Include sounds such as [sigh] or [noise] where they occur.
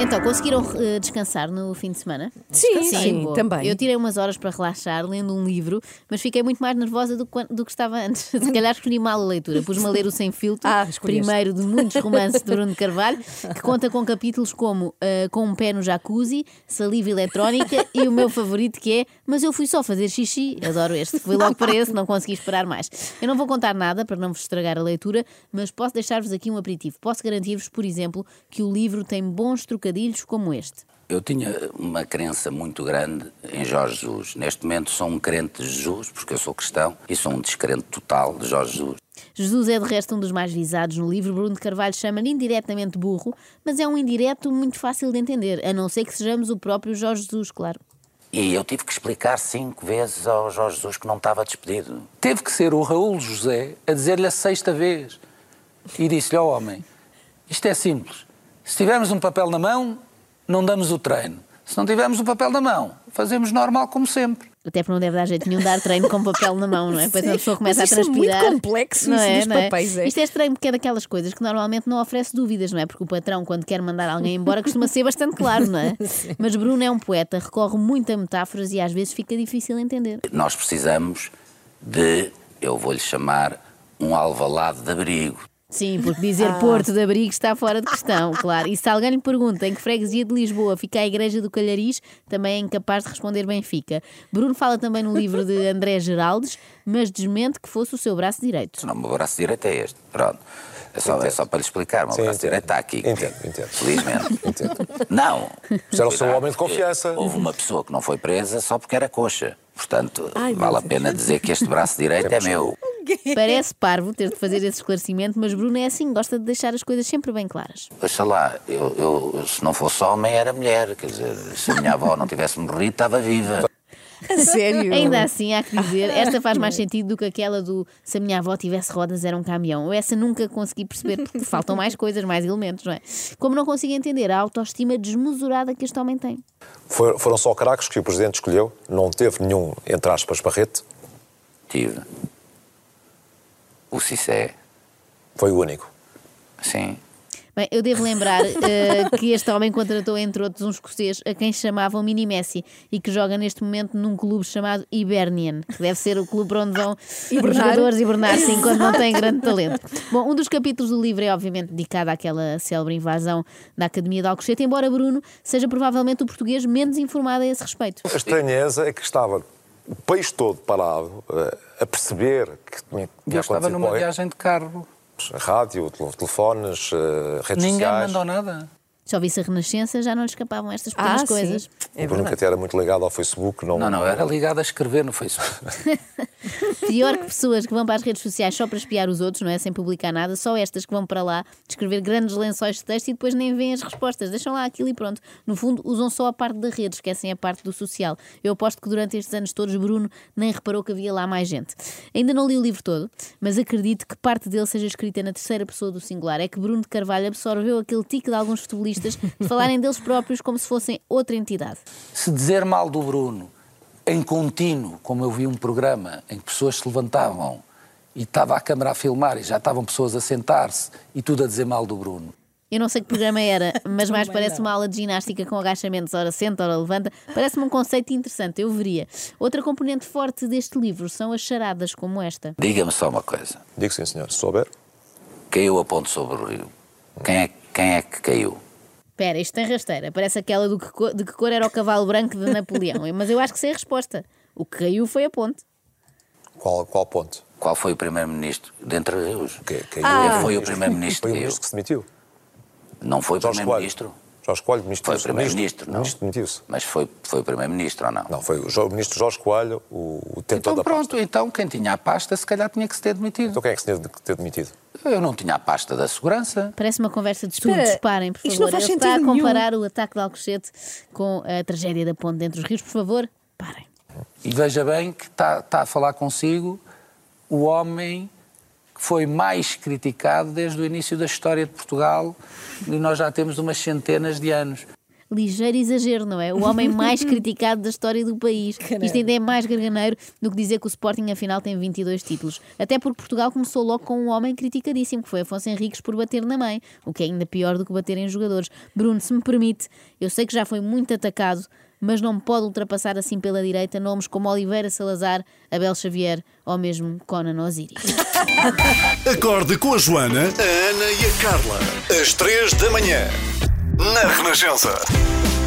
Então, conseguiram eh, descansar no fim de semana? Sim, Descansei, sim, boa. também. Eu tirei umas horas para relaxar lendo um livro, mas fiquei muito mais nervosa do que, quan- do que estava antes. [laughs] Se calhar escolhi mal a leitura. Pus-me a ler o Sem Filtro, Ah, escolheste. primeiro de muitos romances de Bruno Carvalho, que conta com capítulos como eh, Com um pé no jacuzzi, Saliva Eletrónica e o meu favorito que é Mas eu fui só fazer xixi. Adoro este. Fui logo para esse, não consegui esperar mais. Eu não vou contar nada para não vos estragar a leitura, mas posso deixar-vos aqui um aperitivo. Posso garantir-vos, por exemplo, que o livro tem bons trocadilhos como este. Eu tinha uma crença muito grande em Jorge Jesus. Neste momento sou um crente de Jesus, porque eu sou cristão, e sou um descrente total de Jorge Jesus. Jesus é de resto um dos mais visados no livro. Bruno de Carvalho chama-lhe indiretamente burro, mas é um indireto muito fácil de entender, a não ser que sejamos o próprio Jorge Jesus, claro. E eu tive que explicar cinco vezes ao Jorge Jesus que não estava despedido. Teve que ser o Raul José a dizer-lhe a sexta vez. E disse-lhe ao homem: Isto é simples. Se tivermos um papel na mão, não damos o treino. Se não tivermos um o papel na mão, fazemos normal como sempre. Até porque não deve dar jeito nenhum dar treino com papel na mão, não é? Depois Sim, a pessoa começa mas a isto é muito transpirar. complexo, isso dos papéis, é. Isto é estranho porque é daquelas coisas que normalmente não oferece dúvidas, não é? Porque o patrão, quando quer mandar alguém embora, costuma ser bastante claro, não [laughs] é? Mas Bruno é um poeta, recorre muito a metáforas e às vezes fica difícil entender. Nós precisamos de, eu vou-lhe chamar, um alvalade de abrigo. Sim, porque dizer Porto de Abrigo está fora de questão, claro. E se alguém lhe pergunta em que freguesia de Lisboa fica a Igreja do Calhariz, também é incapaz de responder Benfica. Bruno fala também no livro de André Geraldes, mas desmente que fosse o seu braço [laughs] direito. Não, o meu braço direito é este. Pronto. É só, é só para lhe explicar, o meu Sim, braço entendo. direito está aqui. Entendo, entendo. Felizmente. [laughs] Entendo. Não. Mas era o seu Cuidado, homem de porque confiança. Houve uma pessoa que não foi presa só porque era coxa. Portanto, Ai, vale meu a pena dizer que este [laughs] braço direito é meu. Parece parvo ter de fazer esse esclarecimento, mas Bruno é assim, gosta de deixar as coisas sempre bem claras. Oxalá, eu, eu, se não fosse homem, era mulher. Quer dizer, se a minha avó não tivesse morrido, estava viva. A sério. Ainda assim, há que dizer, esta faz mais sentido do que aquela do se a minha avó tivesse rodas era um caminhão. Eu essa nunca consegui perceber porque faltam mais coisas, mais elementos, não é? Como não consigo entender a autoestima desmesurada que este homem tem. Foi- Foram só craques que o Presidente escolheu, não teve nenhum, entre aspas, barrete, Tive. O Cissé, foi o único. sim. Bem, eu devo lembrar [laughs] eh, que este homem contratou, entre outros, um escocês a quem chamavam Mini Messi e que joga neste momento num clube chamado Hibernian, que deve ser o clube para onde vão os jogadores hibernar sim quando não têm grande talento. Bom, um dos capítulos do livro é, obviamente, dedicado àquela célebre invasão da Academia de Alcochete, embora Bruno seja provavelmente o português menos informado a esse respeito. A estranheza é que estava o país todo parado eh, a perceber que E tinha, eu tinha estava acontecido numa qualquer- viagem de carro. Rádio, tele- telefones, eh, redes Ninguém sociais. mandou nada. Se ouvisse a Renascença, já não lhe escapavam estas Ah, pequenas coisas. sim. É o Bruno que verdade. até era muito ligado ao Facebook. Não, Não, não, era Ligado a escrever no Facebook. Pior que pessoas que vão para as redes sociais só para espiar os outros, não é? Sem publicar nada, só estas que vão para lá escrever grandes lençóis de texto e depois nem veem as respostas. Deixam lá aquilo e pronto. No fundo, usam só a parte da rede, esquecem a parte do social. Eu aposto que durante estes anos todos, Bruno nem reparou que havia lá mais gente. Ainda não li o livro todo, mas acredito que parte dele seja escrita na terceira pessoa do singular. É que Bruno de Carvalho absorveu aquele tique de alguns futebolistas de falarem deles próprios como se fossem outra entidade. Se dizer mal do Bruno em contínuo, como eu vi um programa em que pessoas se levantavam e estava a câmara a filmar e já estavam pessoas a sentar-se e tudo a dizer mal do Bruno. Eu não sei que programa [laughs] era, mas mais parece uma aula de ginástica com agachamentos, ora senta, ora levanta. Parece-me um conceito interessante, eu veria. Outra componente forte deste livro são as charadas como esta. Diga-me só uma coisa. Digo sim, senhor, se souber. Caiu a ponte sobre o rio. Quem é, quem é que caiu? Pera, isto tem rasteira, parece aquela do que co- de que cor era o cavalo branco de [laughs] Napoleão, mas eu acho que sei a resposta. O que caiu foi a ponte. Qual, qual ponto? Qual foi o primeiro-ministro de Entre Rios? Que- que- Foi o primeiro-ministro Foi que caiu. o ministro que se demitiu. Não foi o Jorge Coelho. primeiro-ministro? Jorge Coelho, ministro Foi o primeiro-ministro, não? Ministro demitiu-se. Mas foi, foi o primeiro-ministro ou não? Não, foi o, Jo- o ministro Jorge Coelho, o, o tentor Então da pasta. pronto, então quem tinha a pasta se calhar tinha que se ter demitido. Então quem é que se tinha de ter demitido? Eu não tinha a pasta da segurança. Parece uma conversa de estudos, Espera, parem, por favor. isto não faz Ele está a sentido nenhum. comparar o ataque de Alcochete com a tragédia da ponte entre os rios, por favor, parem. E veja bem que está está a falar consigo o homem que foi mais criticado desde o início da história de Portugal e nós já temos umas centenas de anos. ligeiro exagero, não é? O homem mais criticado da história do país. Isto ainda é mais garganeiro do que dizer que o Sporting afinal tem 22 títulos. Até porque Portugal começou logo com um homem criticadíssimo, que foi Afonso Henriques por bater na mãe, o que é ainda pior do que bater em jogadores. Bruno, se me permite, eu sei que já foi muito atacado, mas não pode ultrapassar assim pela direita nomes como Oliveira Salazar, Abel Xavier ou mesmo Conan Osiris. Acorde com a Joana A Ana e a Carla, às três da manhã, na Renascença.